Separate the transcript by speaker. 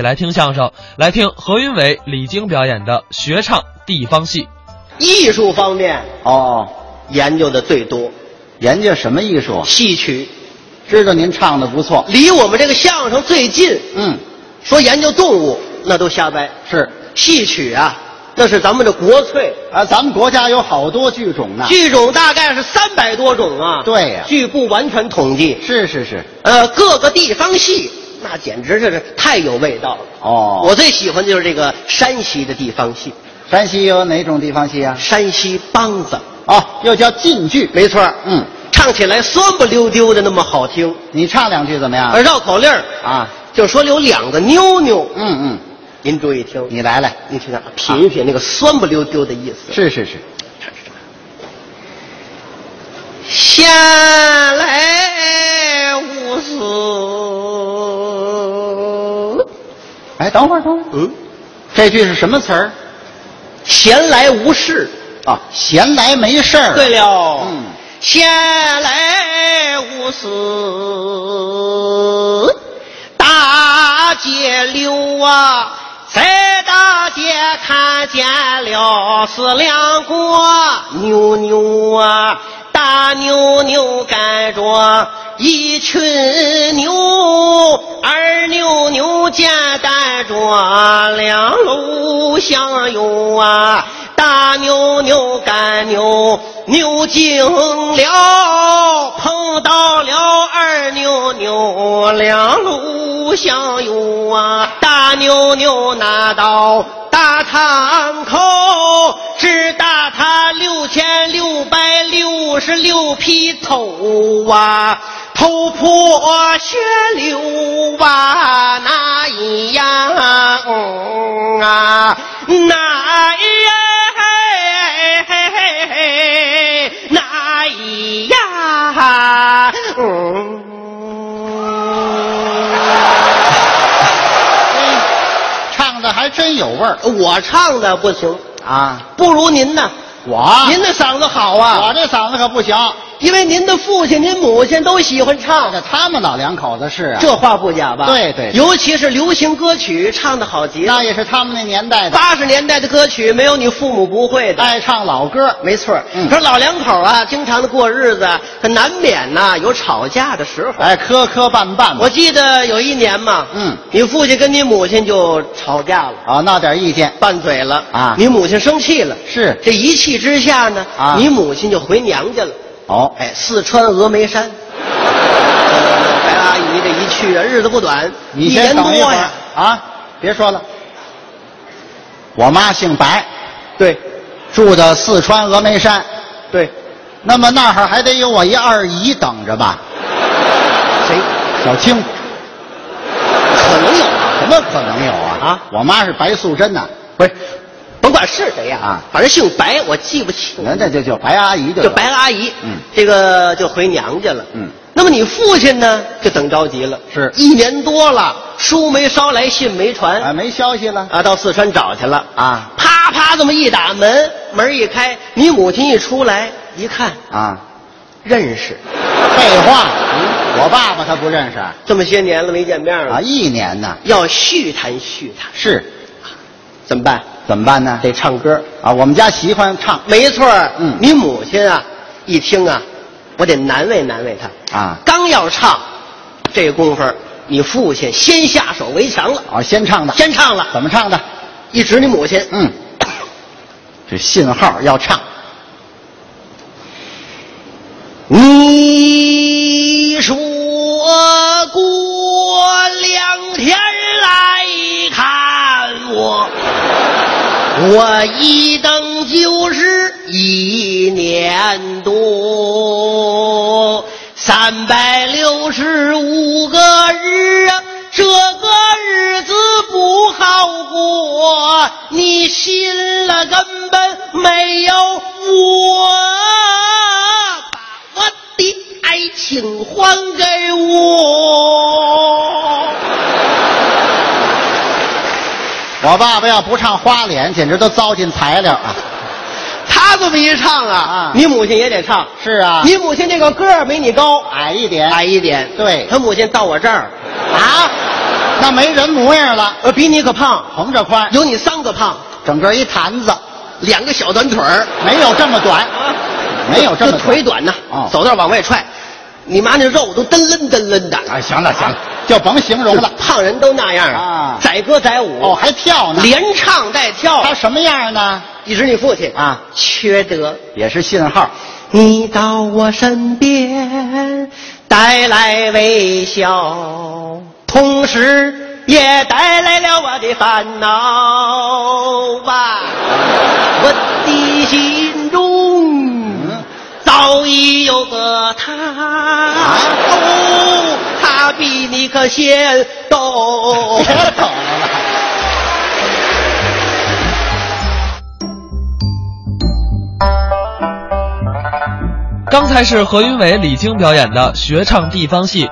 Speaker 1: 起来听相声，来听何云伟、李菁表演的学唱地方戏。
Speaker 2: 艺术方面
Speaker 3: 哦，
Speaker 2: 研究的最多，
Speaker 3: 研究什么艺术啊？
Speaker 2: 戏曲
Speaker 3: 知道您唱的不错。
Speaker 2: 离我们这个相声最近。
Speaker 3: 嗯，
Speaker 2: 说研究动物，那都瞎掰。
Speaker 3: 是
Speaker 2: 戏曲啊，那是咱们的国粹，
Speaker 3: 啊，咱们国家有好多剧种呢。
Speaker 2: 剧种大概是三百多种啊。
Speaker 3: 啊对呀
Speaker 2: 据不完全统计，
Speaker 3: 是是是，
Speaker 2: 呃，各个地方戏那简直是太有味道了。
Speaker 3: 哦
Speaker 2: 我最喜欢就是这个山西的地方戏，
Speaker 3: 山西有哪种地方戏啊？
Speaker 2: 山西梆子，
Speaker 3: 哦，又叫晋剧。
Speaker 2: 没错儿，
Speaker 3: 嗯，
Speaker 2: 唱起来酸不溜丢的，那么好听。
Speaker 3: 你唱两句怎么样？
Speaker 2: 而绕口令儿
Speaker 3: 啊，
Speaker 2: 就说有两个妞妞，
Speaker 3: 嗯嗯，
Speaker 2: 您注意听，
Speaker 3: 你来来。
Speaker 2: 您听啊，品一品那个酸不溜丢的意思。
Speaker 3: 是是是，
Speaker 2: 下来无事，
Speaker 3: 哎，等会儿等会儿，
Speaker 2: 嗯，
Speaker 3: 这句是什么词儿？
Speaker 2: 闲来无事。
Speaker 3: 啊，闲来没事儿。
Speaker 2: 对，了，
Speaker 3: 嗯，
Speaker 2: 闲来无事，大街溜啊，在大街看见了是两个妞妞啊，大妞妞赶着一群牛，二妞妞肩担着两篓香油啊。大牛牛赶牛牛惊了，碰到了二牛牛两路相拥啊！大牛牛拿刀打堂口，只打他六千六百六十六匹头啊！头破血流啊，那一样啊，那一样。嘿嘿嘿嘿，那咿呀，嗯。
Speaker 3: 唱的还真有味儿
Speaker 2: 我唱的不行，
Speaker 3: 啊。
Speaker 2: 不如您呢。
Speaker 3: 我
Speaker 2: 您的嗓子好
Speaker 3: 啊我
Speaker 2: 啊，
Speaker 3: 这嗓子可不行，
Speaker 2: 因为您的父亲、您母亲都喜欢唱
Speaker 3: 这他们老两口子是啊，
Speaker 2: 这话不假吧？
Speaker 3: 对对对
Speaker 2: 尤其是流行歌曲，唱的好极了
Speaker 3: 那。也是他们那哎年代的，
Speaker 2: 八十年代的歌曲，没有你父母不会的。
Speaker 3: 爱唱老歌。
Speaker 2: 没错儿，
Speaker 3: 嗯
Speaker 2: 可是老两口啊，经常的过日子，可难免呐、有吵架的时候。
Speaker 3: 哎，磕磕绊绊吧。
Speaker 2: 我记得有一年嘛，
Speaker 3: 嗯
Speaker 2: 你父亲跟你母亲就吵架了，
Speaker 3: 啊，闹点意见
Speaker 2: 拌嘴了
Speaker 3: 啊
Speaker 2: 你母亲生气了，
Speaker 3: 是
Speaker 2: 这一气之下呢，
Speaker 3: 啊
Speaker 2: 你母亲就回娘家了。
Speaker 3: 哦，
Speaker 2: 哎，四川峨眉山，呃白阿姨这一去啊，日子不短，
Speaker 3: 你
Speaker 2: 一
Speaker 3: 先
Speaker 2: 年
Speaker 3: 等
Speaker 2: 多
Speaker 3: 一会
Speaker 2: 呀。
Speaker 3: 儿啊，别说了。我妈姓白，
Speaker 2: 对，
Speaker 3: 住的四川峨眉山，
Speaker 2: 对，
Speaker 3: 那么那儿还得有我一二姨等着吧？
Speaker 2: 谁？
Speaker 3: 小青，
Speaker 2: 可能有啊，
Speaker 3: 什么可能有啊？
Speaker 2: 啊
Speaker 3: 我妈是白素贞呐、
Speaker 2: 不是，甭管是谁呀
Speaker 3: 啊
Speaker 2: 反正姓白，我记不清。
Speaker 3: 那那就就白阿姨就
Speaker 2: 就
Speaker 3: 得
Speaker 2: 白阿姨，
Speaker 3: 嗯
Speaker 2: 这个就回娘家了，
Speaker 3: 嗯。
Speaker 2: 那么你父亲呢，就等着急了，
Speaker 3: 是
Speaker 2: 一年多了，书没捎来，信没传，
Speaker 3: 啊，没消息了
Speaker 2: 啊，到四川找去了，
Speaker 3: 啊
Speaker 2: 啪啪这么一打门，门一开，你母亲一出来一看，
Speaker 3: 啊！
Speaker 2: 认识，
Speaker 3: 废话，嗯我爸爸他不认识啊，
Speaker 2: 这么些年了没见面了，
Speaker 3: 一年呢
Speaker 2: 要续谈续谈，
Speaker 3: 嗯是，
Speaker 2: 怎么办？
Speaker 3: 怎么办呢？
Speaker 2: 得唱歌，
Speaker 3: 啊，我们家喜欢唱
Speaker 2: 没错儿
Speaker 3: 嗯
Speaker 2: 你母亲啊，一听啊，我得难为难为她。
Speaker 3: 啊
Speaker 2: 刚要唱，这功夫儿你父亲先下手为强了，
Speaker 3: 啊，先唱的，
Speaker 2: 先唱了，
Speaker 3: 怎么唱的？
Speaker 2: 一指你母亲，
Speaker 3: 嗯，这信号要唱，
Speaker 2: 你说过两天来看我，我一等就是一年多，三百六十五个日啊，这个日子不好过，你信了根本没有我。把我的爱情还给我。
Speaker 3: 我爸爸要不唱花脸，简直都糟践材料啊！
Speaker 2: 他这么一唱啊，
Speaker 3: 啊
Speaker 2: 你母亲也得唱。
Speaker 3: 是啊，
Speaker 2: 你母亲这个个儿没你高，
Speaker 3: 矮一点，
Speaker 2: 矮一点。
Speaker 3: 对
Speaker 2: 他母亲到我这儿，呃
Speaker 3: 啊，那没人模样了，
Speaker 2: 我比你可胖，
Speaker 3: 横着宽，
Speaker 2: 有你三个胖，
Speaker 3: 整个一坛子，
Speaker 2: 两个小短腿儿，
Speaker 3: 没有这么短，啊没有这么
Speaker 2: 就腿短呐，
Speaker 3: 哦
Speaker 2: 走道往外踹，你妈那肉都噔抡噔抡的。
Speaker 3: 哎，行了行了，就甭形容了。
Speaker 2: 胖人都那样
Speaker 3: 啊
Speaker 2: 载歌载舞
Speaker 3: 哦，还跳呢？
Speaker 2: 连唱带跳。
Speaker 3: 他什么样呢？
Speaker 2: 一直你父亲
Speaker 3: 啊，
Speaker 2: 缺德。
Speaker 3: 也是信号。
Speaker 2: 你到我身边，带来微笑，同时也带来了我的烦恼吧。我的心中
Speaker 3: 嗯
Speaker 2: 早已有个他，哦，他比你可先懂。
Speaker 1: 刚才是何云伟、李菁表演的学唱地方戏